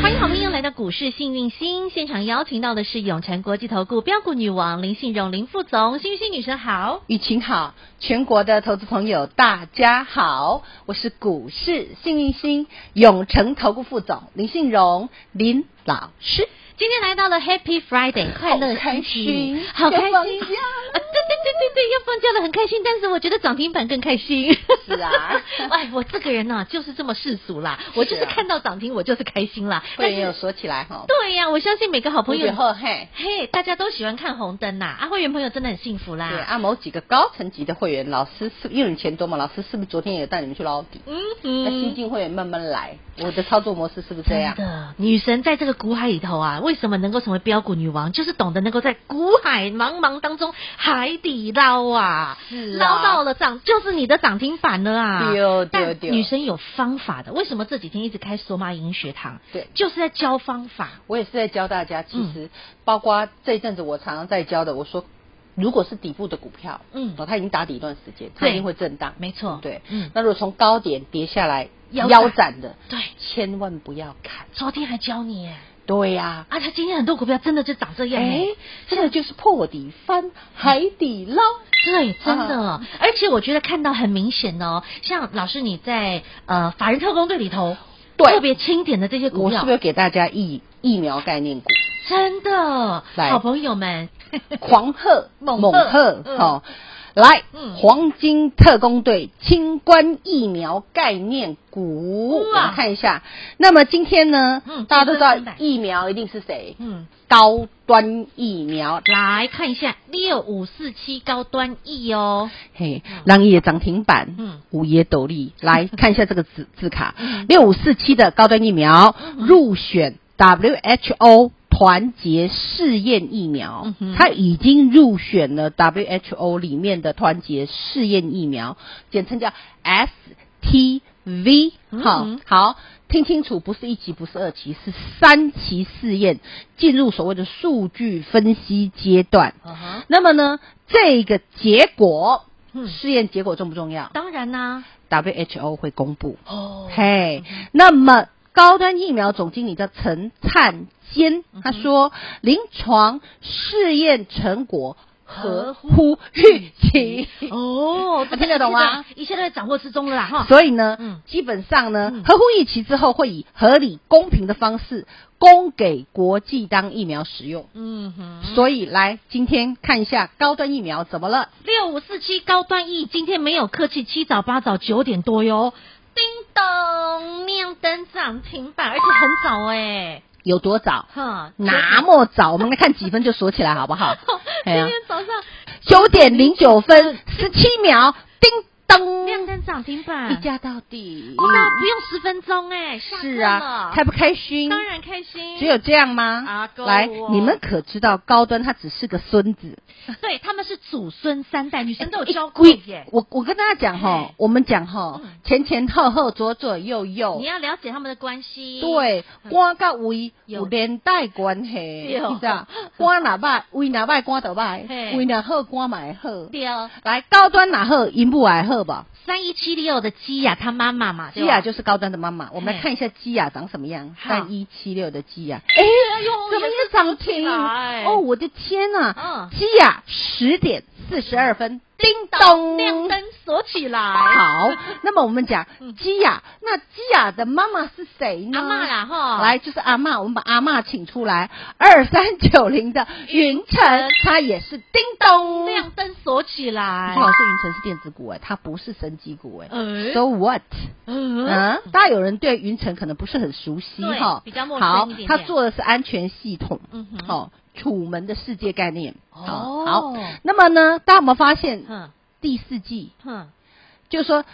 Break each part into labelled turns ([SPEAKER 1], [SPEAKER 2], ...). [SPEAKER 1] 欢迎好朋友来到股市幸运星现场，邀请到的是永诚国际投顾标股女王林信荣林副总，幸运星女神好。
[SPEAKER 2] 雨晴好，全国的投资朋友大家好，我是股市幸运星永诚投顾副总林信荣林老师，
[SPEAKER 1] 今天来到了 Happy Friday 快乐星期五，好开
[SPEAKER 2] 要放
[SPEAKER 1] 心
[SPEAKER 2] 假
[SPEAKER 1] 啊！对对对对对，要放假了，很开心。但是我觉得涨停板更开心。
[SPEAKER 2] 是啊
[SPEAKER 1] 哎，我这个人呐、就是这么世俗啦，我就是
[SPEAKER 2] 是啊
[SPEAKER 1] 看到涨停我就是开心啦。
[SPEAKER 2] 会
[SPEAKER 1] 但
[SPEAKER 2] 员有
[SPEAKER 1] 是
[SPEAKER 2] 锁起来哈，
[SPEAKER 1] 对呀、我相信每个好朋友
[SPEAKER 2] 以后嘿，
[SPEAKER 1] 嘿，大家都喜欢看红灯呐、啊，会员朋友真的很幸福啦。
[SPEAKER 2] 对啊，某几个高层级的会员，老师是因为你钱多嘛，老师是不是昨天也带你们去捞底？
[SPEAKER 1] 嗯
[SPEAKER 2] 那
[SPEAKER 1] 嗯，
[SPEAKER 2] 新进会员慢慢来，我的操作模式是不是这
[SPEAKER 1] 真
[SPEAKER 2] 样？
[SPEAKER 1] 的，女神在这个股海里头啊，为什么能够成为标股女王？就是懂得能够在股海茫茫当中海底捞啊，
[SPEAKER 2] 是啊
[SPEAKER 1] 捞到了涨，就是你的涨停板了啊！
[SPEAKER 2] 对哦对哦
[SPEAKER 1] 但
[SPEAKER 2] 对哦
[SPEAKER 1] 女神有方法的，为什么这几天一直开索马营学堂？
[SPEAKER 2] 对
[SPEAKER 1] 就是在教方法。
[SPEAKER 2] 我也是在教大家，其实包括这一阵子我常常在教的，我说如果是底部的股票，
[SPEAKER 1] 嗯
[SPEAKER 2] 哦，它已经打底一段时间，它
[SPEAKER 1] 对
[SPEAKER 2] 一定会震荡，
[SPEAKER 1] 没错
[SPEAKER 2] 对，
[SPEAKER 1] 嗯
[SPEAKER 2] 那如果从高点跌下来
[SPEAKER 1] 腰
[SPEAKER 2] 腰
[SPEAKER 1] 斩
[SPEAKER 2] 斩的，
[SPEAKER 1] 对，
[SPEAKER 2] 千万不要砍，
[SPEAKER 1] 昨天还教你耶
[SPEAKER 2] 对呀、
[SPEAKER 1] 啊，他今天很多股票真的就长这样
[SPEAKER 2] 哎
[SPEAKER 1] 耶，
[SPEAKER 2] 这个就是破底翻海底捞，
[SPEAKER 1] 对，真的，
[SPEAKER 2] 啊
[SPEAKER 1] 而且我觉得看到很明显哦，像老师你在呃法人特工队里头，
[SPEAKER 2] 对
[SPEAKER 1] 特别清点的这些股
[SPEAKER 2] 我是
[SPEAKER 1] 票
[SPEAKER 2] 不是，有给大家疫疫苗概念股？
[SPEAKER 1] 真的，
[SPEAKER 2] 来
[SPEAKER 1] 好朋友们，
[SPEAKER 2] 狂贺、
[SPEAKER 1] 猛
[SPEAKER 2] 猛
[SPEAKER 1] 贺
[SPEAKER 2] 贺，
[SPEAKER 1] 嗯
[SPEAKER 2] 哦，来
[SPEAKER 1] 嗯，
[SPEAKER 2] 黄金特工队清关疫苗概念股，我
[SPEAKER 1] 哇
[SPEAKER 2] 们看一下。那么今天呢
[SPEAKER 1] 嗯，
[SPEAKER 2] 大家都知道
[SPEAKER 1] 青春三百
[SPEAKER 2] 疫苗一定是谁？
[SPEAKER 1] 嗯，
[SPEAKER 2] 高端疫苗，
[SPEAKER 1] 来看一下六五四七高端 E 哦，
[SPEAKER 2] 嘿，让也涨停板，
[SPEAKER 1] 嗯
[SPEAKER 2] 嗯，五爷斗笠， 来看一下这个字字卡，六五四七的高端疫苗
[SPEAKER 1] 嗯
[SPEAKER 2] 入选 WHO 团结试验疫苗
[SPEAKER 1] 嗯哼，
[SPEAKER 2] 它已经入选了 WHO 里面的团结试验疫苗，简称叫 STV，
[SPEAKER 1] 嗯
[SPEAKER 2] 好
[SPEAKER 1] 哼
[SPEAKER 2] 好。听清楚，不是一期，不是二期，是三期试验进入所谓的数据分析阶段。
[SPEAKER 1] 嗯哼，
[SPEAKER 2] 那么呢，这个结果，
[SPEAKER 1] 嗯
[SPEAKER 2] 试验结果重不重要
[SPEAKER 1] 当然啦、
[SPEAKER 2] ？WHO 会公布。
[SPEAKER 1] 哦，
[SPEAKER 2] 嘿，那么高端疫苗总经理叫陈灿坚，
[SPEAKER 1] 嗯
[SPEAKER 2] 他说临床试验成果合乎预期。
[SPEAKER 1] 哦，
[SPEAKER 2] 啊听得懂吗？
[SPEAKER 1] 一切都在掌握之中了啦，哈，
[SPEAKER 2] 所以呢，
[SPEAKER 1] 嗯
[SPEAKER 2] 基本上呢
[SPEAKER 1] 嗯，
[SPEAKER 2] 合乎预期之后，会以合理公平的方式供给国际当疫苗使用。
[SPEAKER 1] 嗯哼，
[SPEAKER 2] 所以来今天看一下高端疫苗怎么了。
[SPEAKER 1] 六五四七高端 E 今天没有客气，七早八早九点多哟，叮咚亮灯涨停板，而且很早哎、
[SPEAKER 2] 有多 早？
[SPEAKER 1] 哈，
[SPEAKER 2] 那么早，我们来看几分就锁起来好不
[SPEAKER 1] ？
[SPEAKER 2] 好
[SPEAKER 1] 今
[SPEAKER 2] 哎呀
[SPEAKER 1] 天，早上
[SPEAKER 2] 九点零九分十七秒，叮
[SPEAKER 1] 亮
[SPEAKER 2] 当，
[SPEAKER 1] 灯涨停板，
[SPEAKER 2] 一家到底。
[SPEAKER 1] 那不用十分钟哎、下课
[SPEAKER 2] 嗯是
[SPEAKER 1] 了
[SPEAKER 2] 啊，开不开心？
[SPEAKER 1] 当然开心，
[SPEAKER 2] 只有这样吗？
[SPEAKER 1] 啊够
[SPEAKER 2] 来
[SPEAKER 1] 哦，
[SPEAKER 2] 你们可知道高端他只是个孙子？
[SPEAKER 1] 对他们是祖孙三代，女生都有
[SPEAKER 2] 一
[SPEAKER 1] 教过耶。
[SPEAKER 2] 我我跟大家讲哈
[SPEAKER 1] 哎，
[SPEAKER 2] 我们讲哈
[SPEAKER 1] 嗯，
[SPEAKER 2] 前前后后，左左右
[SPEAKER 1] 你
[SPEAKER 2] 右，
[SPEAKER 1] 要了解他们的关系，，
[SPEAKER 2] 哦对，官到位
[SPEAKER 1] 嗯有
[SPEAKER 2] 有连带关系，你
[SPEAKER 1] 对
[SPEAKER 2] 知道？官哪歹，为哪歹官倒歹
[SPEAKER 1] 嘿，
[SPEAKER 2] 为哪好官嘛会好。
[SPEAKER 1] 对哦，
[SPEAKER 2] 来，高端哪贺赢不矮贺吧？
[SPEAKER 1] 三一七六的基雅她妈妈嘛，
[SPEAKER 2] 基雅啊就是高端的妈妈。我们
[SPEAKER 1] 嘿
[SPEAKER 2] 来看一下基雅长什么样。
[SPEAKER 1] 好
[SPEAKER 2] 三一七六的基雅，
[SPEAKER 1] 哎呦
[SPEAKER 2] 怎么又涨停？哦，
[SPEAKER 1] 哦，
[SPEAKER 2] 我的天
[SPEAKER 1] 嗯
[SPEAKER 2] 呐！基雅十点四十二分，叮
[SPEAKER 1] 咚，
[SPEAKER 2] 咚，
[SPEAKER 1] 亮灯锁起来，
[SPEAKER 2] 好，那么我们讲
[SPEAKER 1] 嗯
[SPEAKER 2] 基雅，那基雅的妈妈是谁呢？
[SPEAKER 1] 阿妈啦哈，
[SPEAKER 2] 来，就是阿嬷，我们把阿嬷请出来。二三九零的云
[SPEAKER 1] 晨
[SPEAKER 2] 晨，她也是叮咚。
[SPEAKER 1] 亮灯锁起来，
[SPEAKER 2] 老师，云晨是电子股哎，它不是神机股哎。
[SPEAKER 1] 哎
[SPEAKER 2] So what？
[SPEAKER 1] 嗯，
[SPEAKER 2] 嗯，大家有人对云层可能不是很熟悉
[SPEAKER 1] 对
[SPEAKER 2] 哈，
[SPEAKER 1] 比较陌生
[SPEAKER 2] 好
[SPEAKER 1] 一点点，
[SPEAKER 2] 他做的是安全系统，
[SPEAKER 1] 嗯哼
[SPEAKER 2] 哦，楚门的世界概念，
[SPEAKER 1] 哦
[SPEAKER 2] 好，那么呢，大家有没有发现
[SPEAKER 1] 哼
[SPEAKER 2] 第四季，
[SPEAKER 1] 哼，
[SPEAKER 2] 就是说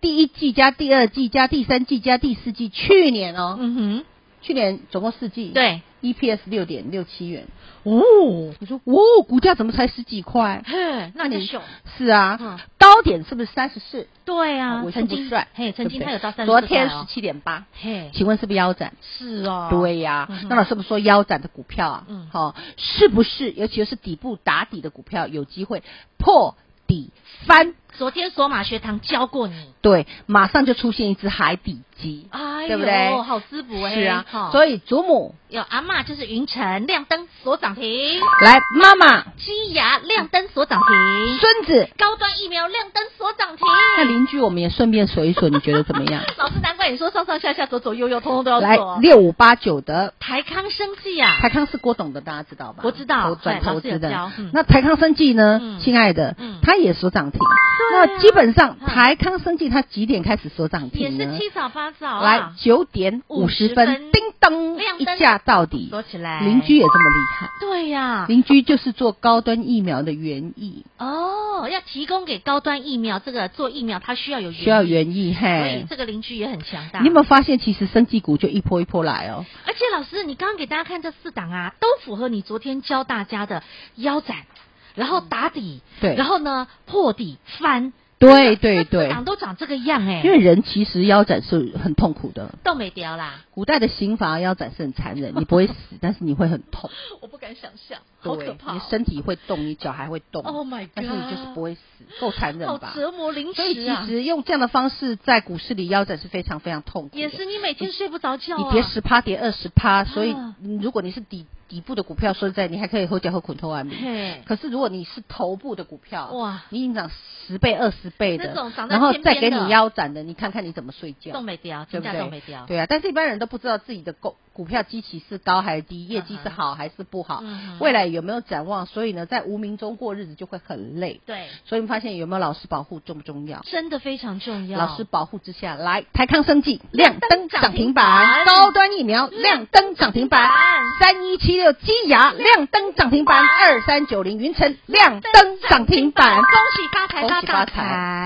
[SPEAKER 2] 第一季加第二季加第三季加第四季，去年哦，
[SPEAKER 1] 嗯哼，
[SPEAKER 2] 去年总共四季，
[SPEAKER 1] 对
[SPEAKER 2] ，EPS 六点六七元。
[SPEAKER 1] 哦，
[SPEAKER 2] 你说，哦，股价怎么才十几块？
[SPEAKER 1] 嘿， 那你熊，
[SPEAKER 2] 是啊，
[SPEAKER 1] 嗯
[SPEAKER 2] 高点是不是三十四？
[SPEAKER 1] 对啊，
[SPEAKER 2] 我
[SPEAKER 1] 曾
[SPEAKER 2] 就
[SPEAKER 1] 经
[SPEAKER 2] 不帅，
[SPEAKER 1] 嘿，曾经
[SPEAKER 2] 对不对
[SPEAKER 1] 他有到三
[SPEAKER 2] 昨天十
[SPEAKER 1] 七，
[SPEAKER 2] 七点八，
[SPEAKER 1] 哦嘿，
[SPEAKER 2] 请问是不是腰斩？
[SPEAKER 1] 是哦，
[SPEAKER 2] 对呀、
[SPEAKER 1] 嗯哼
[SPEAKER 2] 那老师不是说腰斩的股票啊，
[SPEAKER 1] 嗯
[SPEAKER 2] 好、是不是？尤其又是底部打底的股票，有机会破底翻，
[SPEAKER 1] 昨天索马学堂教过你，
[SPEAKER 2] 对，马上就出现一只海底鸡，
[SPEAKER 1] 哎呦，
[SPEAKER 2] 对不对
[SPEAKER 1] 好滋补哎，
[SPEAKER 2] 是啊，
[SPEAKER 1] 所以
[SPEAKER 2] 所以祖母
[SPEAKER 1] 有阿嬷就是云晨亮灯所涨停，
[SPEAKER 2] 来，妈妈、
[SPEAKER 1] 鸡牙亮灯所涨停，
[SPEAKER 2] 孙子，
[SPEAKER 1] 高端疫苗亮灯所涨停。
[SPEAKER 2] 那邻居我们也顺便数一数，你觉得怎么 样？
[SPEAKER 1] 老师，难怪你说上上下下、左左右右，通通都要
[SPEAKER 2] 来，
[SPEAKER 1] 做。
[SPEAKER 2] 六五八九的
[SPEAKER 1] 台康生技啊，
[SPEAKER 2] 台康是郭董的，大家知道吧？
[SPEAKER 1] 我知道
[SPEAKER 2] 投转
[SPEAKER 1] 对老
[SPEAKER 2] 投
[SPEAKER 1] 师有
[SPEAKER 2] 资的
[SPEAKER 1] 教嗯。
[SPEAKER 2] 那台康生技呢
[SPEAKER 1] 嗯？
[SPEAKER 2] 亲爱的
[SPEAKER 1] 嗯，
[SPEAKER 2] 它也所涨停。
[SPEAKER 1] 啊
[SPEAKER 2] 那基本上
[SPEAKER 1] 嗯
[SPEAKER 2] 台康生技它几点开始所涨
[SPEAKER 1] 也
[SPEAKER 2] 停
[SPEAKER 1] 是
[SPEAKER 2] 呢？
[SPEAKER 1] 七早八早
[SPEAKER 2] 来
[SPEAKER 1] 啊，
[SPEAKER 2] 九点五十
[SPEAKER 1] 分
[SPEAKER 2] 分，叮当
[SPEAKER 1] 亮
[SPEAKER 2] 一
[SPEAKER 1] 灯
[SPEAKER 2] 价到底。
[SPEAKER 1] 锁起来。啊
[SPEAKER 2] 邻居也这么厉害，
[SPEAKER 1] 对呀、
[SPEAKER 2] 邻居就是做高端疫苗的原意，
[SPEAKER 1] 哦，要提供给高端疫苗这个做疫苗，它需要有原
[SPEAKER 2] 需要
[SPEAKER 1] 因，
[SPEAKER 2] 原意
[SPEAKER 1] 所以
[SPEAKER 2] 嘿。
[SPEAKER 1] 这个邻居也很强大。
[SPEAKER 2] 你有没有发现，其实生技股就一波一波来哦？
[SPEAKER 1] 而且老师，你刚刚给大家看这四档啊，都符合你昨天教大家的腰斩，然后打底，
[SPEAKER 2] 对
[SPEAKER 1] 然后呢破底翻，
[SPEAKER 2] 对对
[SPEAKER 1] 这四
[SPEAKER 2] 对，
[SPEAKER 1] 档都长这个样哎、
[SPEAKER 2] 因为人其实腰斩是很痛苦的，
[SPEAKER 1] 都没掉啦，
[SPEAKER 2] 古代的刑罚腰斩是很残忍，你不会死，但是你会很痛，
[SPEAKER 1] 我不敢想象，
[SPEAKER 2] 对，
[SPEAKER 1] 好可怕
[SPEAKER 2] 你
[SPEAKER 1] 哦、
[SPEAKER 2] 身体会动，你脚还会动
[SPEAKER 1] Oh my god
[SPEAKER 2] 但是你就是不会死，够残忍
[SPEAKER 1] 好
[SPEAKER 2] 吧？
[SPEAKER 1] 折磨零
[SPEAKER 2] 所以
[SPEAKER 1] 食啊
[SPEAKER 2] 其！实用这样的方式在股市里腰斩是非常非常痛苦的，
[SPEAKER 1] 也是你每天睡不着觉、啊，
[SPEAKER 2] 你跌十趴，跌二十趴，所以
[SPEAKER 1] 啊
[SPEAKER 2] 嗯如果你是底底部的股票，说实在，你还可以后脚后捆头完米。
[SPEAKER 1] 嘿，
[SPEAKER 2] 可是如果你是头部的股票，
[SPEAKER 1] 哇
[SPEAKER 2] 你已经涨十倍、二十倍
[SPEAKER 1] 那
[SPEAKER 2] 的，
[SPEAKER 1] 种长在
[SPEAKER 2] 然后
[SPEAKER 1] 天
[SPEAKER 2] 再给
[SPEAKER 1] 边的
[SPEAKER 2] 你腰斩的，你看看你怎么睡觉
[SPEAKER 1] 都。没掉，
[SPEAKER 2] 对
[SPEAKER 1] 金
[SPEAKER 2] 不
[SPEAKER 1] 价
[SPEAKER 2] 对？
[SPEAKER 1] 都没掉，
[SPEAKER 2] 对啊，但是一般人都不知道自己的股股票基期是高还是低，业绩是好还是不好，
[SPEAKER 1] 嗯哼
[SPEAKER 2] 未来有没有展望？所以呢，在无名中过日子就会很累。
[SPEAKER 1] 对，
[SPEAKER 2] 所以我们发现有没有老师保护重不重要？
[SPEAKER 1] 真的非常重要。
[SPEAKER 2] 老师保护之下，来台康生技亮灯涨停板
[SPEAKER 1] 亮灯涨停板，
[SPEAKER 2] 高端疫苗亮灯涨停板，三一七六基牙亮灯涨停板，二三九零云城亮灯涨停板。
[SPEAKER 1] 恭喜发财，
[SPEAKER 2] 恭
[SPEAKER 1] 发
[SPEAKER 2] 喜
[SPEAKER 1] 大
[SPEAKER 2] 发
[SPEAKER 1] 财！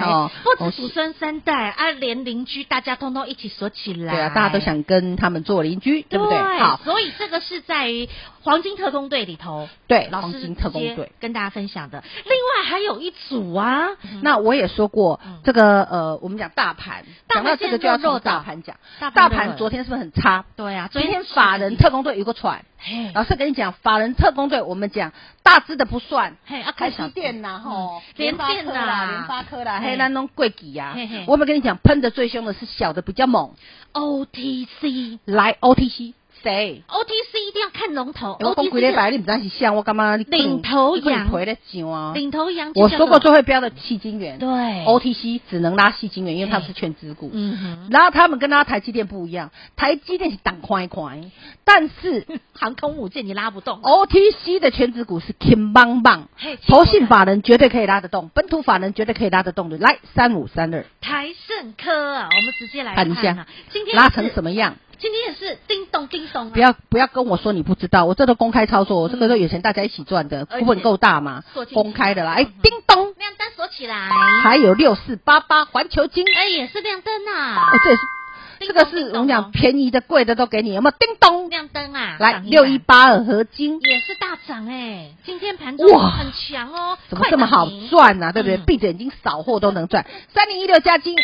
[SPEAKER 2] 财哦
[SPEAKER 1] 不
[SPEAKER 2] 恭
[SPEAKER 1] 止
[SPEAKER 2] 喜
[SPEAKER 1] 祖孙三代，啊，连邻居大家通通一起锁起来。
[SPEAKER 2] 对啊，大家都想跟他们做邻居，对不对？好，
[SPEAKER 1] 所以这个是在于黄金特工队里头，
[SPEAKER 2] 对，
[SPEAKER 1] 老
[SPEAKER 2] 黄
[SPEAKER 1] 师
[SPEAKER 2] 金特工队。
[SPEAKER 1] 跟大家分享的。另外还有一组啊，
[SPEAKER 2] 那我也说过
[SPEAKER 1] 嗯，
[SPEAKER 2] 这个呃，我们讲大盘，
[SPEAKER 1] 大
[SPEAKER 2] 讲
[SPEAKER 1] 盘
[SPEAKER 2] 到这个就要
[SPEAKER 1] 现在肉
[SPEAKER 2] 从
[SPEAKER 1] 肉的
[SPEAKER 2] 大盘讲。
[SPEAKER 1] 大
[SPEAKER 2] 大
[SPEAKER 1] 的
[SPEAKER 2] 盘昨天是不是很差？
[SPEAKER 1] 对啊，
[SPEAKER 2] 今天
[SPEAKER 1] 昨嗯
[SPEAKER 2] 法人特工队有个传，
[SPEAKER 1] 嘿
[SPEAKER 2] 老师跟你讲，法人特工队我们讲大只的不算，
[SPEAKER 1] 嘿啊，
[SPEAKER 2] 台
[SPEAKER 1] 开
[SPEAKER 2] 积
[SPEAKER 1] 小
[SPEAKER 2] 电呐，吼，
[SPEAKER 1] 联
[SPEAKER 2] 发
[SPEAKER 1] 电
[SPEAKER 2] 科
[SPEAKER 1] 呐
[SPEAKER 2] 啦，联发科啊啦，
[SPEAKER 1] 嘿
[SPEAKER 2] 黑兰弄贵几呀
[SPEAKER 1] 嘿嘿？
[SPEAKER 2] 啊我们跟你讲，喷的最凶的是小的比较猛，
[SPEAKER 1] OTC。
[SPEAKER 2] 来 OTC 谁？
[SPEAKER 1] OTC 一定要看龙头
[SPEAKER 2] 我讲几礼
[SPEAKER 1] ，OTC
[SPEAKER 2] 拜你不知道是像我干嘛？你
[SPEAKER 1] 领头羊
[SPEAKER 2] 回来上啊
[SPEAKER 1] 的！领头羊就
[SPEAKER 2] 我
[SPEAKER 1] 叫
[SPEAKER 2] 说过哦
[SPEAKER 1] 做
[SPEAKER 2] 最会标的戏金元，
[SPEAKER 1] 对
[SPEAKER 2] OTC 只能拉细晶元，因为他们是全资股。
[SPEAKER 1] 哎嗯哼，
[SPEAKER 2] 然后他们跟拉台积电不一样，台积电是挡宽宽，但 是
[SPEAKER 1] 航空母舰你拉不动，
[SPEAKER 2] OTC 的全资股是 king 棒棒
[SPEAKER 1] 嘿，
[SPEAKER 2] 投信法人绝对可以拉得动，本土法人绝对可以拉得动的。来，三五三二，
[SPEAKER 1] 台盛科啊，我们直接来看
[SPEAKER 2] 看一
[SPEAKER 1] 啊
[SPEAKER 2] 下，
[SPEAKER 1] 今天
[SPEAKER 2] 拉成什
[SPEAKER 1] 么？
[SPEAKER 2] 么样？
[SPEAKER 1] 今天也是叮咚叮咚啊，
[SPEAKER 2] 不要不要跟我说你不知道，我这都公开操作，我这个都有钱大家一起赚的，
[SPEAKER 1] 嗯而且
[SPEAKER 2] 股本够大嘛
[SPEAKER 1] 做进去，
[SPEAKER 2] 公开的啦。哎，
[SPEAKER 1] 嗯
[SPEAKER 2] 叮咚，
[SPEAKER 1] 亮灯锁起来，
[SPEAKER 2] 还有六四八八环球金，
[SPEAKER 1] 哎也是亮灯啊
[SPEAKER 2] 哎，，这也是
[SPEAKER 1] 叮
[SPEAKER 2] 这
[SPEAKER 1] 咚
[SPEAKER 2] 个是
[SPEAKER 1] 叮
[SPEAKER 2] 我
[SPEAKER 1] 咚
[SPEAKER 2] 们
[SPEAKER 1] 哦
[SPEAKER 2] 讲便宜的贵的都给你，有没有？叮咚，
[SPEAKER 1] 亮灯啊，
[SPEAKER 2] 来
[SPEAKER 1] 涨停
[SPEAKER 2] 六
[SPEAKER 1] 板
[SPEAKER 2] 一八二合金，
[SPEAKER 1] 也是大涨哎，今天盘中
[SPEAKER 2] 哇
[SPEAKER 1] 很强哦，
[SPEAKER 2] 怎么这么好
[SPEAKER 1] 快涨停
[SPEAKER 2] 赚呢、对不对？
[SPEAKER 1] 嗯
[SPEAKER 2] 闭着眼睛扫货都能赚。三零一六加金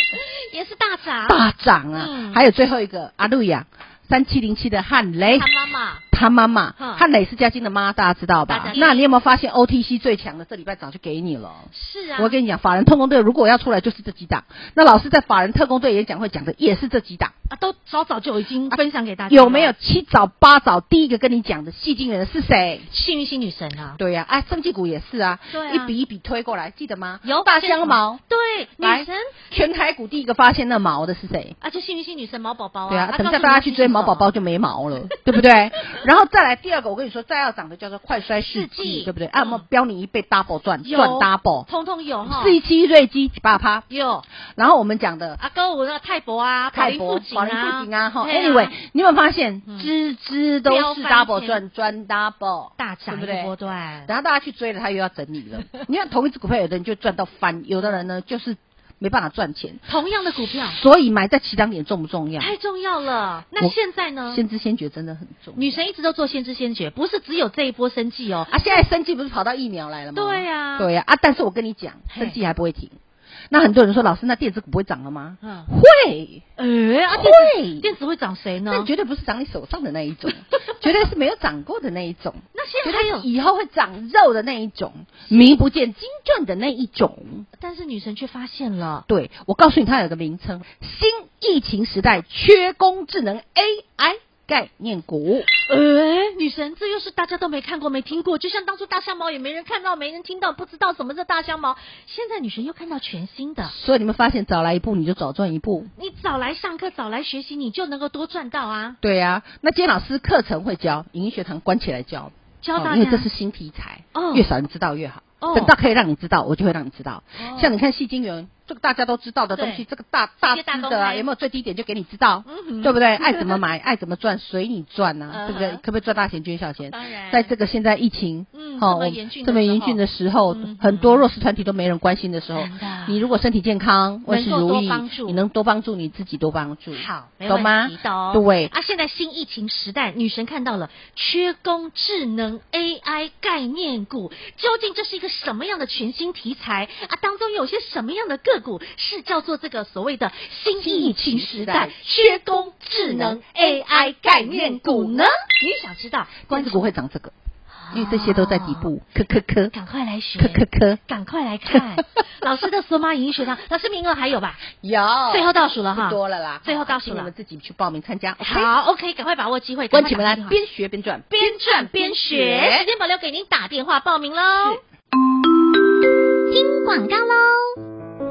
[SPEAKER 1] 也是大涨，
[SPEAKER 2] 大涨啊！
[SPEAKER 1] 嗯
[SPEAKER 2] 还有最后一个阿路亚三七零七的汉雷
[SPEAKER 1] 他，妈妈
[SPEAKER 2] 他妈妈
[SPEAKER 1] 嗯
[SPEAKER 2] 汉雷是加金的妈，大家知道
[SPEAKER 1] 大家
[SPEAKER 2] 吧？
[SPEAKER 1] 知道
[SPEAKER 2] 那你有没有发现 OTC 最强的这礼拜早就给你了？
[SPEAKER 1] 是啊，
[SPEAKER 2] 我跟你讲，法人特工队如果要出来就是这几档。那老师在法人特工队演讲会讲的也是这几档，
[SPEAKER 1] 啊都早早就已经嗯分享给大家了，
[SPEAKER 2] 啊有没有七早八早？第一个跟你讲的戏精人是谁？
[SPEAKER 1] 幸运星女神啊？
[SPEAKER 2] 对呀、啊，哎、生技股也是啊，
[SPEAKER 1] 对啊
[SPEAKER 2] 一笔一笔推过来，记得吗？
[SPEAKER 1] 有
[SPEAKER 2] 大香茅，
[SPEAKER 1] 对，
[SPEAKER 2] 来
[SPEAKER 1] 女神
[SPEAKER 2] 全台股第一个发现那毛的是谁？
[SPEAKER 1] 啊，就幸运星女神毛宝宝啊，
[SPEAKER 2] 对啊，等一
[SPEAKER 1] 告
[SPEAKER 2] 下
[SPEAKER 1] 诉
[SPEAKER 2] 大家
[SPEAKER 1] 你
[SPEAKER 2] 去
[SPEAKER 1] 是
[SPEAKER 2] 追
[SPEAKER 1] 什
[SPEAKER 2] 毛
[SPEAKER 1] 么
[SPEAKER 2] 宝宝就没毛 了，对不对？然后再来第二个，我跟你说，再要涨的叫做快衰世
[SPEAKER 1] 世纪
[SPEAKER 2] 纪，对不对？啊，我们
[SPEAKER 1] 嗯
[SPEAKER 2] 标你一倍 double 赚，
[SPEAKER 1] 有哦
[SPEAKER 2] 赚 double，
[SPEAKER 1] 通通有哈，
[SPEAKER 2] 四一七瑞基几八趴。
[SPEAKER 1] 有
[SPEAKER 2] 然后我们讲的
[SPEAKER 1] 阿哥我那个泰博啊，
[SPEAKER 2] 泰
[SPEAKER 1] 博
[SPEAKER 2] 博、宝林富锦啊，哈
[SPEAKER 1] 对啊
[SPEAKER 2] ，anyway，你有没有发现
[SPEAKER 1] 嗯，
[SPEAKER 2] 只只都
[SPEAKER 1] 飙
[SPEAKER 2] 是
[SPEAKER 1] 翻
[SPEAKER 2] double
[SPEAKER 1] 天
[SPEAKER 2] 赚，赚 double，
[SPEAKER 1] 大涨
[SPEAKER 2] 对不
[SPEAKER 1] 一
[SPEAKER 2] 对
[SPEAKER 1] 波段，
[SPEAKER 2] 然后大家去追了，它又要整理了。你看同一只股票，有的人就赚到翻，有的人呢就是没办法赚钱。
[SPEAKER 1] 同样的股票
[SPEAKER 2] 所以买在起涨点重不重要？
[SPEAKER 1] 太重要了。那
[SPEAKER 2] 我
[SPEAKER 1] 现在呢？
[SPEAKER 2] 先知先觉真的很重要
[SPEAKER 1] 女神一直都做先知先觉，不是只有这一波生计哦。
[SPEAKER 2] 啊！现在生计不是跑到疫苗来了吗？
[SPEAKER 1] 对呀
[SPEAKER 2] 对呀啊！但是我跟你讲，
[SPEAKER 1] 嘿
[SPEAKER 2] 生计还不会停。那很多人说，老师，那电子股不会涨了吗？
[SPEAKER 1] 嗯，
[SPEAKER 2] 会，
[SPEAKER 1] 哎，啊，电子
[SPEAKER 2] 会
[SPEAKER 1] 电子会涨谁呢
[SPEAKER 2] 哦但？绝对不是长你手上的那一 种，绝对是没有涨过的那一种，
[SPEAKER 1] 那现
[SPEAKER 2] 绝
[SPEAKER 1] 在还
[SPEAKER 2] 对
[SPEAKER 1] 有
[SPEAKER 2] 是，以后会长肉的那一种，名不见经传的那一种。
[SPEAKER 1] 但是女神却发现了，
[SPEAKER 2] 对，我告诉你，它有个名称：新疫情时代缺工智能 AI 概念股。
[SPEAKER 1] 哎，女神，这又是大家都没看过、没听过，就像当初大象猫也没人看到、没人听到，不知道什么是大象猫。现在女神又看到全新的，
[SPEAKER 2] 所以你们发现，早来一步你就早赚一步。
[SPEAKER 1] 你早来上课，早来学习，你就能够多赚到啊！
[SPEAKER 2] 对呀、那今天老师课程会教，影音学堂关起来教，
[SPEAKER 1] 教大
[SPEAKER 2] 哦
[SPEAKER 1] 家，
[SPEAKER 2] 因为这是新题材，
[SPEAKER 1] 哦
[SPEAKER 2] 越少人知道越好。
[SPEAKER 1] 哦
[SPEAKER 2] 等到可以让你知道，我就会让你知道。
[SPEAKER 1] 哦
[SPEAKER 2] 像你看戏精元，这个大家都知道的东
[SPEAKER 1] 对
[SPEAKER 2] 西，这个大大
[SPEAKER 1] 世界大
[SPEAKER 2] 致
[SPEAKER 1] 公
[SPEAKER 2] 的、
[SPEAKER 1] 开
[SPEAKER 2] 啊、有没有最低点就给你知道，
[SPEAKER 1] 嗯哼
[SPEAKER 2] 对不对？爱怎么买，爱怎么赚，随你赚呐、
[SPEAKER 1] 嗯哼
[SPEAKER 2] 对不对？可不可以赚大钱捐小钱？
[SPEAKER 1] 当然
[SPEAKER 2] 在这个现在疫情，
[SPEAKER 1] 嗯
[SPEAKER 2] 哦
[SPEAKER 1] 这么
[SPEAKER 2] 我
[SPEAKER 1] 严峻的
[SPEAKER 2] 这么
[SPEAKER 1] 时候
[SPEAKER 2] 严峻的时候
[SPEAKER 1] 嗯哼，
[SPEAKER 2] 很多弱势团体都没人关心的时候
[SPEAKER 1] 真的，
[SPEAKER 2] 你如果身体健康，万事
[SPEAKER 1] 能够
[SPEAKER 2] 如
[SPEAKER 1] 多
[SPEAKER 2] 意
[SPEAKER 1] 帮助，
[SPEAKER 2] 你能多帮助你自己，多帮助，
[SPEAKER 1] 好，没
[SPEAKER 2] 懂吗
[SPEAKER 1] 问题的哦。？
[SPEAKER 2] 对，
[SPEAKER 1] 啊，现在新疫情时代，女神看到了缺工智能 AI 概念股，究竟这是一个什么样的全新题材啊？当中有些什么样的个股是叫做这个所谓的新疫情时代缺工智能 AI 概念股呢？你想知道，啊
[SPEAKER 2] 关子股会涨这个，因为这些都在底部，科科科，
[SPEAKER 1] 赶快来学，
[SPEAKER 2] 科科科，
[SPEAKER 1] 赶快来 看老师的索马影音学堂，老师名额还有吧？
[SPEAKER 2] 有，
[SPEAKER 1] 最后倒数了哈，
[SPEAKER 2] 不多了啦，
[SPEAKER 1] 最后倒数
[SPEAKER 2] 请你
[SPEAKER 1] 了
[SPEAKER 2] 们。自己去报名参
[SPEAKER 1] 哎
[SPEAKER 2] 加，OK？
[SPEAKER 1] 好，OK，赶快把握机会，
[SPEAKER 2] 关起门来
[SPEAKER 1] 赶快打电话
[SPEAKER 2] 边学边赚，
[SPEAKER 1] 边赚边学。时间保留给您打电话报名喽。听广告喽。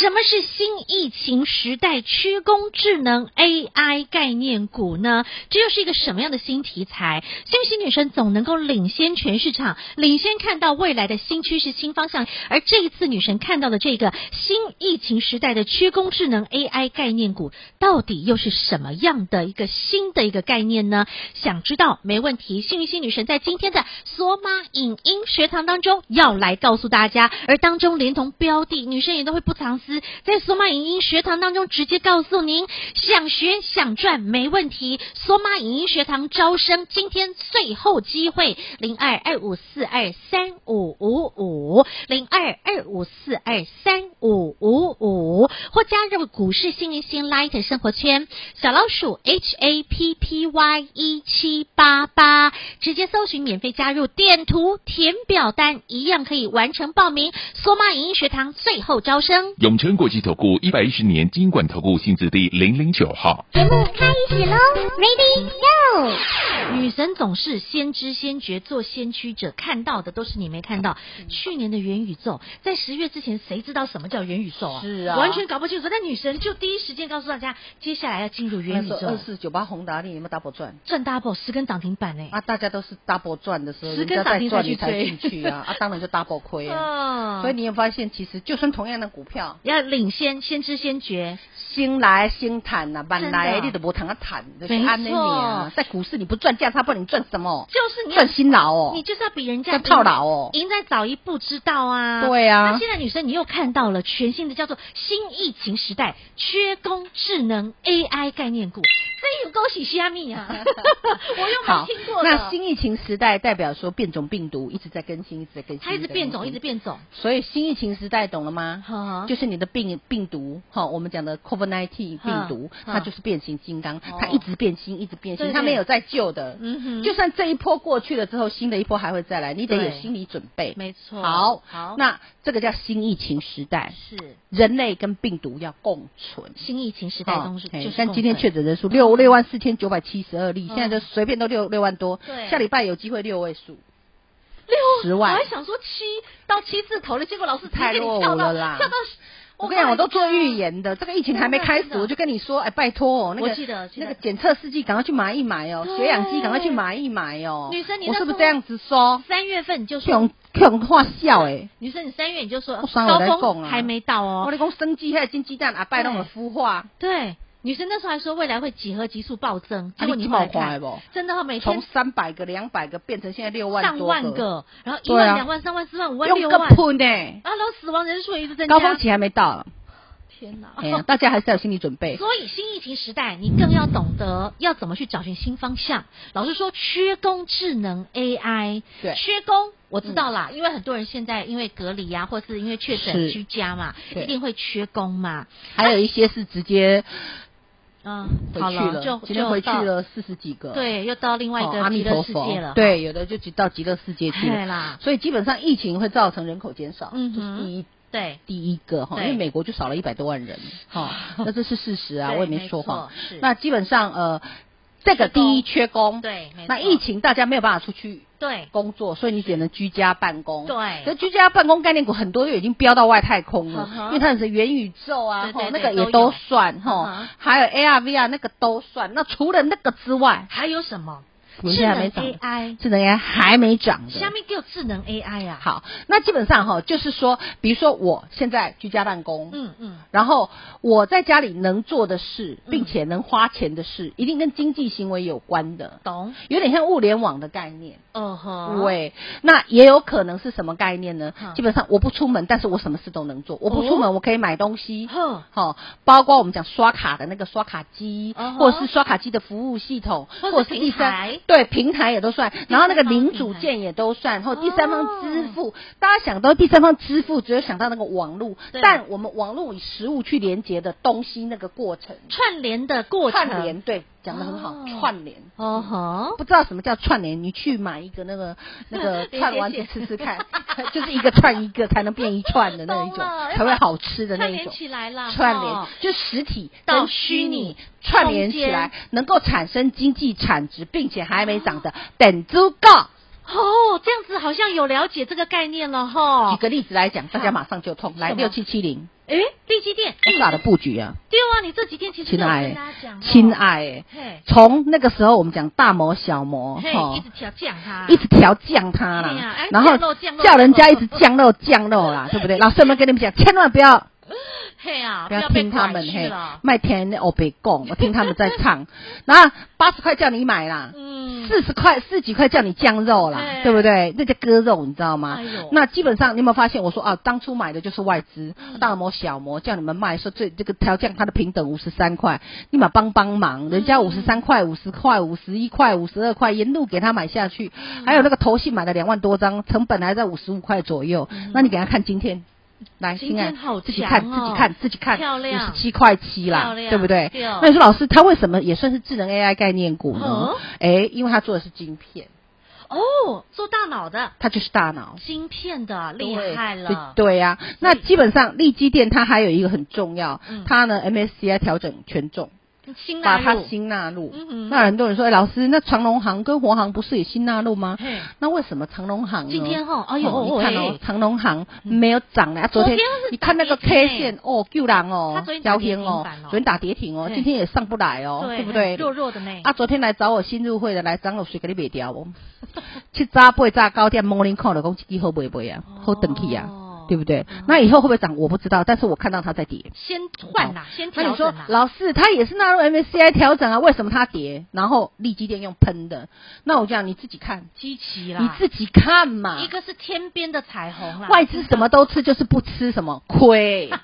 [SPEAKER 1] 什么是新疫情时代缺工智能 AI 概念股呢？这又是一个什么样的新题材？幸运星女神总能够领先全市场，领先看到未来的新趋势、新方向。而这一次女神看到的这个新疫情时代的缺工智能 AI 概念股，到底又是什么样的一个新的一个概念呢？想知道没问题，幸运星女神在今天的索马影音学堂当中要来告诉大家，而当中连同标的，女生也都会不藏私，在索马影音学堂当中直接告诉您，想学想赚没问题。索马影音学堂招生今天最后机会，零二二五四二三五五五，零二二五四二三五五五，或加入股市新明星 Light 生活圈，小老鼠 H A P P Y 一七八八，直接搜寻免费加入，点图填表单一样可以完成报名。索马影音学堂最后招生。
[SPEAKER 3] 永诚国际投顾一百一十年金管投顾性质第零零九号。
[SPEAKER 4] 节目开始喽，Ready Go！
[SPEAKER 1] 女神总是先知先觉，做先驱者，看到的都是你没看到。
[SPEAKER 2] 嗯
[SPEAKER 1] 去年的元宇宙，在十月之前，谁知道什么叫元宇宙啊？
[SPEAKER 2] 是啊
[SPEAKER 1] 完全搞不清楚。但女神就第一时间告诉大家，接下来要进入元 宇
[SPEAKER 2] 二
[SPEAKER 1] 宙，
[SPEAKER 2] 四九八宏达，你有没有 double 赚？
[SPEAKER 1] 赚 double 十根涨停板欸呢、
[SPEAKER 2] 啊，大家都是 double 赚的时候，
[SPEAKER 1] 十
[SPEAKER 2] 人
[SPEAKER 1] 根
[SPEAKER 2] 家
[SPEAKER 1] 涨
[SPEAKER 2] 在
[SPEAKER 1] 停才
[SPEAKER 2] 赚
[SPEAKER 1] 去
[SPEAKER 2] 你才
[SPEAKER 1] 追
[SPEAKER 2] 进去啊，啊，当然就 double 亏啊。
[SPEAKER 1] 嗯
[SPEAKER 2] 所以你有发现，其实就算同样的股票，
[SPEAKER 1] 要领先，先知先觉。
[SPEAKER 2] 新来新谈呐，晚
[SPEAKER 1] 真
[SPEAKER 2] 来
[SPEAKER 1] 的
[SPEAKER 2] 你都无谈啊谈，就是
[SPEAKER 1] 没
[SPEAKER 2] 安尼啊
[SPEAKER 1] 错。
[SPEAKER 2] 在股市你不赚价差，不然你赚什么？
[SPEAKER 1] 就是你要
[SPEAKER 2] 赚辛劳哦
[SPEAKER 1] 你，就是要比人家
[SPEAKER 2] 要套牢哦
[SPEAKER 1] 赢在早一步知道啊。
[SPEAKER 2] 对啊
[SPEAKER 1] 那现在女生你又看到了全新的叫做新疫情时代缺工智能 AI 概念股，那有恭喜虾米 啊！我又没
[SPEAKER 2] 好
[SPEAKER 1] 听过，的
[SPEAKER 2] 那新疫情时代代表说变种病毒一直在更新，一直在更新，
[SPEAKER 1] 它一直
[SPEAKER 2] 在更
[SPEAKER 1] 变种，啊
[SPEAKER 2] 新
[SPEAKER 1] 一直变种，
[SPEAKER 2] 所以新疫情时代懂了吗？
[SPEAKER 1] 呵
[SPEAKER 2] 就是你的病病毒哈，我们讲的 COVID-19 病毒，
[SPEAKER 1] 嗯
[SPEAKER 2] 它就是变形金刚，
[SPEAKER 1] 哦
[SPEAKER 2] 它一直变新，一直变
[SPEAKER 1] 对
[SPEAKER 2] 新，
[SPEAKER 1] 对
[SPEAKER 2] 它没有在旧的。
[SPEAKER 1] 嗯哼，
[SPEAKER 2] 就算这一波过去了之后，新的一波还会再来，你得
[SPEAKER 1] 对
[SPEAKER 2] 有心理准备。
[SPEAKER 1] 没错。
[SPEAKER 2] 好，
[SPEAKER 1] 好，
[SPEAKER 2] 那这个叫新疫情时代，
[SPEAKER 1] 是
[SPEAKER 2] 人类跟病毒要共存。
[SPEAKER 1] 新疫情时代中是，
[SPEAKER 2] 哦嘿
[SPEAKER 1] 就是
[SPEAKER 2] 但
[SPEAKER 1] 共
[SPEAKER 2] 今天
[SPEAKER 1] 振
[SPEAKER 2] 确诊人数六六万四千九百七十二例，
[SPEAKER 1] 嗯
[SPEAKER 2] 现在就随便都六六万多
[SPEAKER 1] 对，
[SPEAKER 2] 下礼拜有机会六位数。
[SPEAKER 1] 六
[SPEAKER 2] 10万
[SPEAKER 1] 我还想说七到七字头了，结果老师直接给
[SPEAKER 2] 太
[SPEAKER 1] 你
[SPEAKER 2] 落伍
[SPEAKER 1] 跳
[SPEAKER 2] 了
[SPEAKER 1] 到
[SPEAKER 2] 啦
[SPEAKER 1] 跳到，
[SPEAKER 2] 我跟你讲，我都做预言的。这个疫情还没开始，我就跟你说，哎，拜托哦，那
[SPEAKER 1] 我记得
[SPEAKER 2] 个
[SPEAKER 1] 我记得
[SPEAKER 2] 那个检测试剂赶快去买一买哦，
[SPEAKER 1] 对
[SPEAKER 2] 血氧机赶快去买一买哦。
[SPEAKER 1] 女生你
[SPEAKER 2] 我
[SPEAKER 1] 那
[SPEAKER 2] 是不
[SPEAKER 1] 时
[SPEAKER 2] 是
[SPEAKER 1] 候
[SPEAKER 2] 这样子说？
[SPEAKER 1] 三月份你就说
[SPEAKER 2] 穷穷话笑哎，
[SPEAKER 1] 女生，你三月你就说
[SPEAKER 2] 我三月
[SPEAKER 1] 高
[SPEAKER 2] 在
[SPEAKER 1] 峰
[SPEAKER 2] 讲啊
[SPEAKER 1] 还没到
[SPEAKER 2] 我
[SPEAKER 1] 哦。
[SPEAKER 2] 跟你讲生鸡还金鸡蛋阿拜那种孵化，
[SPEAKER 1] 对，女生那时候还说未来会几何级数暴增，结果
[SPEAKER 2] 啊你
[SPEAKER 1] 你
[SPEAKER 2] 这
[SPEAKER 1] 后来
[SPEAKER 2] 么快
[SPEAKER 1] 看
[SPEAKER 2] 不
[SPEAKER 1] 真的哦，每
[SPEAKER 2] 从
[SPEAKER 1] 天
[SPEAKER 2] 三百个、两百个变成现在六万
[SPEAKER 1] 上
[SPEAKER 2] 多
[SPEAKER 1] 万，个，然后一
[SPEAKER 2] 对
[SPEAKER 1] 万、
[SPEAKER 2] 啊
[SPEAKER 1] 两万、三万、四万、五万、
[SPEAKER 2] 用
[SPEAKER 1] 六
[SPEAKER 2] 个
[SPEAKER 1] 万，啊
[SPEAKER 2] 喷呢。
[SPEAKER 1] 然后死亡人数也一直增加。
[SPEAKER 2] 高峰期还没
[SPEAKER 1] 哦
[SPEAKER 2] 到，
[SPEAKER 1] 天哪！
[SPEAKER 2] 哎呀，大家还是要有心理准备。
[SPEAKER 1] 所以新疫情时代，你更要懂得要怎么去找寻新方向。老师说，缺工智能 AI，
[SPEAKER 2] 对嗯
[SPEAKER 1] 缺工我知道啦，因为很多人现在因为隔离啊，或是因为确诊
[SPEAKER 2] 是
[SPEAKER 1] 居家嘛，
[SPEAKER 2] 对
[SPEAKER 1] 一定会缺工嘛。
[SPEAKER 2] 还有一些是直接
[SPEAKER 1] 嗯，
[SPEAKER 2] 回
[SPEAKER 1] 好
[SPEAKER 2] 去
[SPEAKER 1] 了，就
[SPEAKER 2] 了，今天回去，
[SPEAKER 1] 就到
[SPEAKER 2] 了四十几个。
[SPEAKER 1] 对，又到另外一
[SPEAKER 2] 哦
[SPEAKER 1] 个
[SPEAKER 2] 阿弥
[SPEAKER 1] 极乐
[SPEAKER 2] 陀
[SPEAKER 1] 世
[SPEAKER 2] 佛
[SPEAKER 1] 界了，，
[SPEAKER 2] 对，有的就到极乐世界去
[SPEAKER 1] 对
[SPEAKER 2] 了。
[SPEAKER 1] 啦，
[SPEAKER 2] 所以基本上疫情会造成人口减少，
[SPEAKER 1] 嗯
[SPEAKER 2] 这
[SPEAKER 1] 哼
[SPEAKER 2] 是第一
[SPEAKER 1] 对，
[SPEAKER 2] 第一个哈，
[SPEAKER 1] 对
[SPEAKER 2] 因为美国就少了一百多万 人，哈，那这是事实啊，
[SPEAKER 1] 对
[SPEAKER 2] 我也没说谎
[SPEAKER 1] 没错是。
[SPEAKER 2] 那基本上呃，这个
[SPEAKER 1] 缺工
[SPEAKER 2] 第一缺工，
[SPEAKER 1] 对没错
[SPEAKER 2] 那疫情大家没有办法出去
[SPEAKER 1] 对，
[SPEAKER 2] 工作，所以你只能居家办公。
[SPEAKER 1] 对
[SPEAKER 2] 可居家办公概念股很多就已经飙到外太空了
[SPEAKER 1] 嗯，哼
[SPEAKER 2] 因为它是元宇宙啊，
[SPEAKER 1] 对对
[SPEAKER 2] 吼
[SPEAKER 1] 对
[SPEAKER 2] 那个也
[SPEAKER 1] 都有
[SPEAKER 2] 都算
[SPEAKER 1] 嗯哼
[SPEAKER 2] 哈，还有 AR、VR 啊那个都算。那除了那个之外，
[SPEAKER 1] 还有什么？
[SPEAKER 2] 我们
[SPEAKER 1] 智
[SPEAKER 2] 现在还
[SPEAKER 1] 能
[SPEAKER 2] 没涨，
[SPEAKER 1] AI，
[SPEAKER 2] 智能 AI 还没涨的。
[SPEAKER 1] 下面给我智能 AI 啊，，
[SPEAKER 2] 好，那基本上哈，就是说，比如说我现在居家办公，
[SPEAKER 1] 嗯嗯，
[SPEAKER 2] 然后我在家里能做的事，
[SPEAKER 1] 嗯
[SPEAKER 2] 并且能花钱的事，一定跟经济行为有关的，
[SPEAKER 1] 懂，
[SPEAKER 2] 有点像物联网的概念。
[SPEAKER 1] 哦呵，
[SPEAKER 2] 对，那也有可能是什么概念呢
[SPEAKER 1] 嗯？
[SPEAKER 2] 基本上我不出门，但是我什么事都能做。我不出
[SPEAKER 1] 哦
[SPEAKER 2] 门，我可以买东西，
[SPEAKER 1] 呵，
[SPEAKER 2] 好、包括我们讲刷卡的那个刷卡机，
[SPEAKER 1] 嗯哼
[SPEAKER 2] 或者是刷卡机的服务系统，
[SPEAKER 1] 或者
[SPEAKER 2] 或者是第
[SPEAKER 1] 平
[SPEAKER 2] 三
[SPEAKER 1] 台
[SPEAKER 2] 对平台也都算，然后那个
[SPEAKER 1] 第三方
[SPEAKER 2] 零
[SPEAKER 1] 平
[SPEAKER 2] 组
[SPEAKER 1] 台
[SPEAKER 2] 件也都算，或
[SPEAKER 1] 哦
[SPEAKER 2] 第三方支付，大家想到第三方支付，只有想到那个网络
[SPEAKER 1] 对，
[SPEAKER 2] 但我们网络与实物去连接的东西那个过程，
[SPEAKER 1] 串联的过程，
[SPEAKER 2] 串联，对，讲的很好，
[SPEAKER 1] 哦
[SPEAKER 2] 串联。
[SPEAKER 1] 哦吼，
[SPEAKER 2] 不知道什么叫串联，你去买一个那 个那个
[SPEAKER 1] 连接
[SPEAKER 2] 串丸子
[SPEAKER 1] 线
[SPEAKER 2] 吃吃看， 就是一个串一个才能变一串的那一种，
[SPEAKER 1] 懂了
[SPEAKER 2] 才会好吃的那
[SPEAKER 1] 哦串
[SPEAKER 2] 一
[SPEAKER 1] 联
[SPEAKER 2] 种。
[SPEAKER 1] 起来啦，
[SPEAKER 2] 串联
[SPEAKER 1] 哦，
[SPEAKER 2] 就实体
[SPEAKER 1] 到
[SPEAKER 2] 跟虚
[SPEAKER 1] 虚拟
[SPEAKER 2] 拟串联
[SPEAKER 1] 中
[SPEAKER 2] 起
[SPEAKER 1] 间啊
[SPEAKER 2] 来，能够产生经济产值，并且还没涨的等足够。
[SPEAKER 1] 哦，这样子好像有了解这个概念了
[SPEAKER 2] 举
[SPEAKER 1] 哈。
[SPEAKER 2] 个例子来讲，大
[SPEAKER 1] 哦好
[SPEAKER 2] 家马上就痛。来
[SPEAKER 1] 什么
[SPEAKER 2] 六七七零，
[SPEAKER 1] 诶，立基店，
[SPEAKER 2] 很大的布局啊，
[SPEAKER 1] 对啊，你这几天其实
[SPEAKER 2] 亲
[SPEAKER 1] 有
[SPEAKER 2] 爱
[SPEAKER 1] 跟大家讲哦
[SPEAKER 2] 的，亲，爱的，
[SPEAKER 1] 嘿，
[SPEAKER 2] 从那个时候我们讲大模小模，
[SPEAKER 1] 嘿，
[SPEAKER 2] 齁
[SPEAKER 1] 一直调降它，
[SPEAKER 2] 哦一直调降它
[SPEAKER 1] 哎呀
[SPEAKER 2] 啦
[SPEAKER 1] 哎，
[SPEAKER 2] 然后
[SPEAKER 1] 降肉降肉
[SPEAKER 2] 叫人家一直降肉降肉啦，对不 对？老师有没有跟你们讲，千万不要
[SPEAKER 1] 嘿啊，
[SPEAKER 2] 不
[SPEAKER 1] 要
[SPEAKER 2] 要
[SPEAKER 1] 被
[SPEAKER 2] 听他
[SPEAKER 1] 拐
[SPEAKER 2] 们
[SPEAKER 1] 去
[SPEAKER 2] 嘿
[SPEAKER 1] 了，，
[SPEAKER 2] 麦田我哦别供，我听他们在唱， 然后八十块叫你买啦。
[SPEAKER 1] 嗯，
[SPEAKER 2] 四十块、四十几块叫你酱肉啦
[SPEAKER 1] 哎，
[SPEAKER 2] 对不对？那叫割肉，你知道吗
[SPEAKER 1] 哎呦？
[SPEAKER 2] 那基本上你有没有发现？我说啊，当初买的就是外资
[SPEAKER 1] 嗯
[SPEAKER 2] 大模小模叫你们卖，说这这个调降它的平等五十三块，你们帮帮
[SPEAKER 1] 嗯
[SPEAKER 2] 忙，人家五十三块、五十块、五十一块、五十二块，沿路给他买下去。
[SPEAKER 1] 嗯
[SPEAKER 2] 还有那个投信买了两万多张，成本还在五十五块左右，那你给他看今天。来，
[SPEAKER 1] 嗯今
[SPEAKER 2] 亲
[SPEAKER 1] 天
[SPEAKER 2] 爱的
[SPEAKER 1] 好
[SPEAKER 2] 自己
[SPEAKER 1] 强
[SPEAKER 2] 看，
[SPEAKER 1] 哦
[SPEAKER 2] 自己看，自己看，
[SPEAKER 1] 漂
[SPEAKER 2] 五
[SPEAKER 1] 亮
[SPEAKER 2] 十七块七
[SPEAKER 1] 漂
[SPEAKER 2] 啦，
[SPEAKER 1] 亮
[SPEAKER 2] 对不对？
[SPEAKER 1] 对哦
[SPEAKER 2] 那你说老师，他为什么也算是智能 AI 概念股呢
[SPEAKER 1] 嗯？
[SPEAKER 2] 哎，因为他做的是晶片，
[SPEAKER 1] 哦，做大脑的
[SPEAKER 2] 它就是大脑。
[SPEAKER 1] 芯片的厉害了，
[SPEAKER 2] 对对呀、那基本上利基电它还有一个很重要
[SPEAKER 1] 嗯，
[SPEAKER 2] 它呢 MSCI 调整权重，
[SPEAKER 1] 新纳
[SPEAKER 2] 把它
[SPEAKER 1] 入，
[SPEAKER 2] 新纳入
[SPEAKER 1] 嗯哼。
[SPEAKER 2] 那很多人说，哎，老师，那长隆行跟国行不是也新纳入吗
[SPEAKER 1] 嘿？
[SPEAKER 2] 那为什么长隆行呢
[SPEAKER 1] 今天哦哎呦
[SPEAKER 2] 你看
[SPEAKER 1] 哎
[SPEAKER 2] 哦，长隆行没有涨了，啊
[SPEAKER 1] 昨
[SPEAKER 2] 昨
[SPEAKER 1] 天
[SPEAKER 2] 天
[SPEAKER 1] 是
[SPEAKER 2] 你看那个
[SPEAKER 1] 打跌
[SPEAKER 2] K
[SPEAKER 1] 停
[SPEAKER 2] 线哦，救人
[SPEAKER 1] 它
[SPEAKER 2] 哦
[SPEAKER 1] 昨天，打
[SPEAKER 2] 标
[SPEAKER 1] 跌
[SPEAKER 2] 天
[SPEAKER 1] 停
[SPEAKER 2] 哦
[SPEAKER 1] 板哦，
[SPEAKER 2] 昨天打跌停哦
[SPEAKER 1] 嘿，
[SPEAKER 2] 今天也上不来哦，对不对？
[SPEAKER 1] 弱弱的呢，
[SPEAKER 2] 啊，昨天来找我新入会的来张老师给你卖掉哦，七早八早高点 morning call 的讲这支好不会啊，好等去
[SPEAKER 1] 哦
[SPEAKER 2] 啊，对不对？那以后会不会涨我不知道，但是我看到它在跌。
[SPEAKER 1] 先换啦，先
[SPEAKER 2] 哦那
[SPEAKER 1] 调
[SPEAKER 2] 你说
[SPEAKER 1] 整啦，
[SPEAKER 2] 老四他也是纳入 MSCI 调整啊，为什么它跌？然后利基电用喷的，那我讲你自己看，
[SPEAKER 1] 积极
[SPEAKER 2] 你
[SPEAKER 1] 啦，
[SPEAKER 2] 自己看嘛
[SPEAKER 1] 一。个是天边的彩虹啦，
[SPEAKER 2] 外资什么都吃，就是不吃什么亏。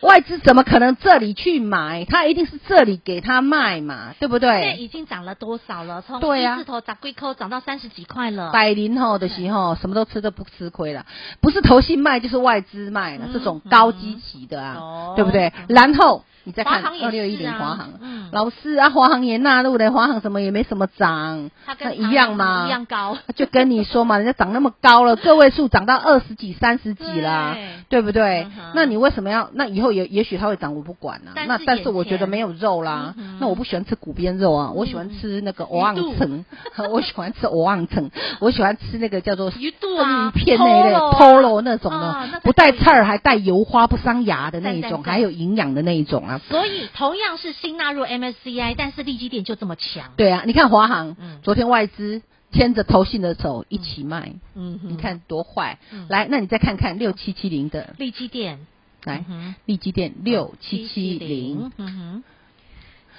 [SPEAKER 2] 外资怎么可能这里去买？他一定是这里给他卖嘛，对不对？
[SPEAKER 1] 现在已经涨了多少了？从
[SPEAKER 2] 对
[SPEAKER 1] 一
[SPEAKER 2] 啊
[SPEAKER 1] 字头涨龟扣涨到三十几块了。
[SPEAKER 2] 百零后的时候，什么都吃都不吃亏了，不是投信卖就是外资卖了，
[SPEAKER 1] 嗯
[SPEAKER 2] 这种高基期的
[SPEAKER 1] 嗯
[SPEAKER 2] 啊
[SPEAKER 1] 哦，
[SPEAKER 2] 对不对？然后你再看
[SPEAKER 1] 华航也是啊
[SPEAKER 2] 二六一零华航，
[SPEAKER 1] 嗯
[SPEAKER 2] 老是啊，华航也纳入的，华航什么也没什么涨，
[SPEAKER 1] 它
[SPEAKER 2] 那
[SPEAKER 1] 跟
[SPEAKER 2] 一样嘛，
[SPEAKER 1] 一样高，
[SPEAKER 2] 就跟你说嘛，人家涨那么高 了，个位数涨到二十几、三十几啦，对不对
[SPEAKER 1] 嗯哼？
[SPEAKER 2] 那你为什么要？那以后也也许它会涨，我不管啦。
[SPEAKER 1] 但是
[SPEAKER 2] 那但是
[SPEAKER 1] 眼
[SPEAKER 2] 我觉得
[SPEAKER 1] 前
[SPEAKER 2] 没有肉啦
[SPEAKER 1] 嗯哼，
[SPEAKER 2] 那我不喜欢吃骨边肉啊，我喜欢吃那 个鹅昂层，我喜欢吃鹅昂层，我喜欢吃那个叫做
[SPEAKER 1] 鱼肚啊
[SPEAKER 2] 生鱼片那一类
[SPEAKER 1] polo 啊
[SPEAKER 2] polo 那种
[SPEAKER 1] 啊那才
[SPEAKER 2] 的，不带
[SPEAKER 1] 可以
[SPEAKER 2] 刺儿还带油花不伤牙的那一
[SPEAKER 1] 赞
[SPEAKER 2] 种，
[SPEAKER 1] 赞
[SPEAKER 2] 还有营养的那一种啊。
[SPEAKER 1] 所以同样是新纳入 MSCI，但是利基点就这么强。
[SPEAKER 2] 对啊，你看华航
[SPEAKER 1] 嗯
[SPEAKER 2] 昨天外资牵着投信的手一起卖。
[SPEAKER 1] 嗯哼，
[SPEAKER 2] 你看多坏！
[SPEAKER 1] 嗯
[SPEAKER 2] 来，那你再看看六七七零的，
[SPEAKER 1] 利基点，
[SPEAKER 2] 来
[SPEAKER 1] 嗯，哼
[SPEAKER 2] 利基店六七七零，，
[SPEAKER 1] 嗯哼，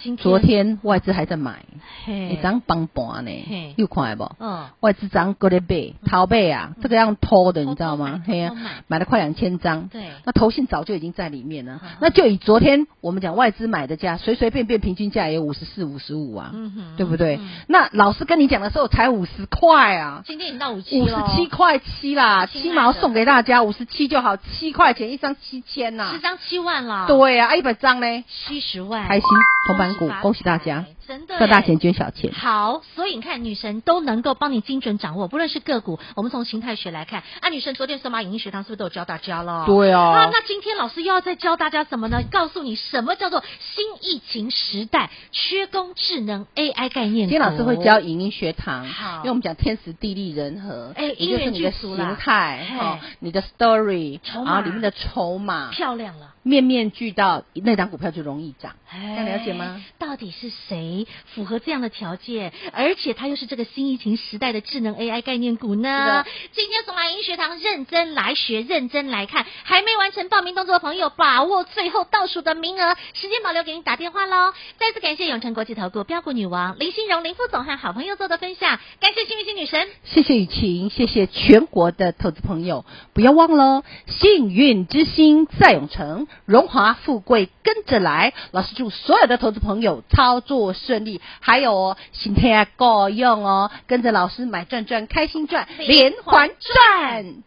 [SPEAKER 1] 今天
[SPEAKER 2] 昨天外资还在买，
[SPEAKER 1] 嘿
[SPEAKER 2] 一张帮盘
[SPEAKER 1] 嘿
[SPEAKER 2] 呢，又看不？
[SPEAKER 1] 嗯，
[SPEAKER 2] 外资涨搁在背，逃背啊，这个样偷
[SPEAKER 1] 哦
[SPEAKER 2] 的，你知道吗？
[SPEAKER 1] 偷偷买
[SPEAKER 2] 嘿
[SPEAKER 1] 偷偷买
[SPEAKER 2] 啊，买了快两千张。
[SPEAKER 1] 对，
[SPEAKER 2] 那投信早就已经在里面了
[SPEAKER 1] 嗯哼，
[SPEAKER 2] 那就以昨天我们讲外资买的价，随随便便平均价也五十四、五十五啊，
[SPEAKER 1] 嗯哼
[SPEAKER 2] 对不对
[SPEAKER 1] 嗯？
[SPEAKER 2] 那老师跟你讲的时候才五十块啊，
[SPEAKER 1] 今天已经到五七
[SPEAKER 2] 五十
[SPEAKER 1] 了，
[SPEAKER 2] 七块七啦，
[SPEAKER 1] 亲爱的
[SPEAKER 2] 七毛送给大家，五十七就好，七块钱一张七千呐
[SPEAKER 1] 十。张七万了，，
[SPEAKER 2] 对啊，啊一百张呢，
[SPEAKER 1] 七十万，
[SPEAKER 2] 开心，铜板股
[SPEAKER 1] 哎发，财
[SPEAKER 2] 恭喜大家，，
[SPEAKER 1] 真的耶
[SPEAKER 2] 赚大钱捐小钱。
[SPEAKER 1] 好，所以你看，女神都能够帮你精准掌握，不论是个股，我们从形态学来看，啊，女神昨天索马影音学堂是不是都有教大家了？
[SPEAKER 2] 对啊
[SPEAKER 1] 啊，那今天老师又要再教大家什么呢？告诉你什么叫做新疫情时代缺工智能 AI 概
[SPEAKER 2] 今
[SPEAKER 1] 念股。哦
[SPEAKER 2] 天老师会教影音学堂，
[SPEAKER 1] 好
[SPEAKER 2] 因为我们讲天时地利人和，
[SPEAKER 1] 哎
[SPEAKER 2] 也就是你
[SPEAKER 1] 因缘
[SPEAKER 2] 的
[SPEAKER 1] 具足啦
[SPEAKER 2] 形态
[SPEAKER 1] 嘿
[SPEAKER 2] 哦，你的 story，
[SPEAKER 1] 筹
[SPEAKER 2] 然
[SPEAKER 1] 码
[SPEAKER 2] 后里面的筹码
[SPEAKER 1] 漂亮了。
[SPEAKER 2] 面面俱到，那档股票就容易涨。
[SPEAKER 1] 哎
[SPEAKER 2] 这样了解吗？
[SPEAKER 1] 到底是谁符合这样的条件？而且它又是这个新疫情时代的智能 AI 概念股呢
[SPEAKER 2] 是？
[SPEAKER 1] 今天索马英学堂认真来学，认真来看。还没完成报名动作的朋友，把握最后倒数的名额，时间保留给你打电话喽。再次感谢永诚国际投顾标股女王林心荣林副总和好朋友做的分享，感谢幸运星女神。
[SPEAKER 2] 谢谢雨晴，谢谢全国的投资朋友，不要忘了，幸运之星在永城，荣华富贵跟着来。老师祝所有的投资朋友操作顺利，还有哦，心态够用哦，跟着老师买赚赚，开心赚，连环赚。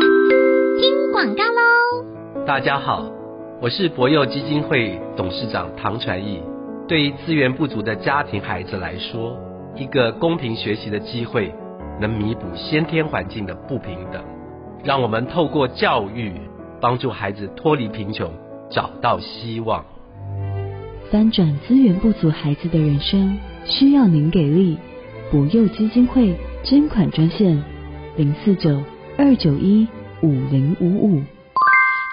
[SPEAKER 1] 听广告喽。
[SPEAKER 5] 大家好，我是博幼基金会董事长唐传义。对于资源不足的家庭孩子来说，一个公平学习的机会，能弥补先天环境的不平等。让我们透过教育，帮助孩子脱离贫穷，找到希望。
[SPEAKER 6] 翻转资源不足孩子的人生，需要您给力。补幼基金会捐款专线：零四九二九一五零五五。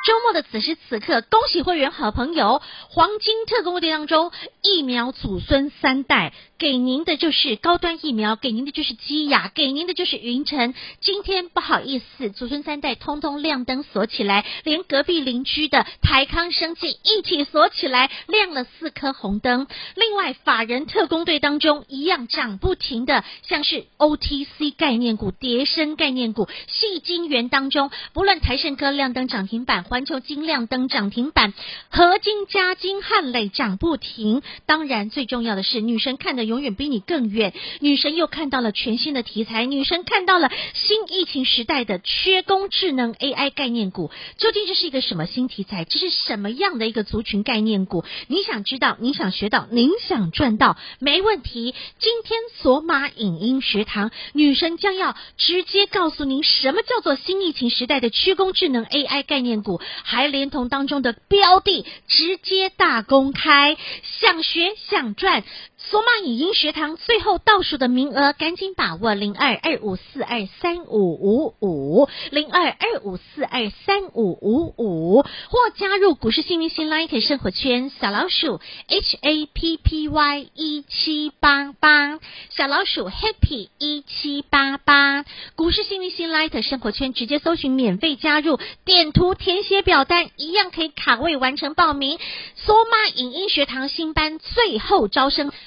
[SPEAKER 1] 周末的此时此刻，恭喜会员好朋友，黄金特供店当中，疫苗祖孙三代给您的就是高端疫苗，给您的就是基雅，给您的就是云城。今天不好意思，祖孙三代通通亮灯锁起来，连隔壁邻居的台康生技一起锁起来，亮了四颗红灯。另外，法人特工队当中一样涨不停的，像是 OTC 概念股、叠升概念股、细晶圆当中，不论台盛科亮灯涨停板、环球金亮灯涨停板、合金、嘉金、汉磊涨不停。当然，最重要的是，女神看的永远比你更远，女神又看到了全新的题材，女神看到了新疫情时代的缺工智能 AI 概念股。究竟这是一个什么新题材？这是什么样的一个族群概念股？你想知道，你想学到，您想赚到，没问题。今天索马影音学堂，女神将要直接告诉您什么叫做新疫情时代的区工智能 AI 概念股，还连同当中的标的直接大公开。想学想赚，索马影音学堂最后倒数的名额，赶紧把握零二二五四二三五五五零二二五四二三五五五，或加入股市幸运星 Light 生活圈小老鼠 H A P P Y 一七八八，小老鼠 Happy 一七八八，股市幸运星 Light 生活圈直接搜寻免费加入，点图填写表单，一样可以卡位完成报名。索马影音学堂新班最后招生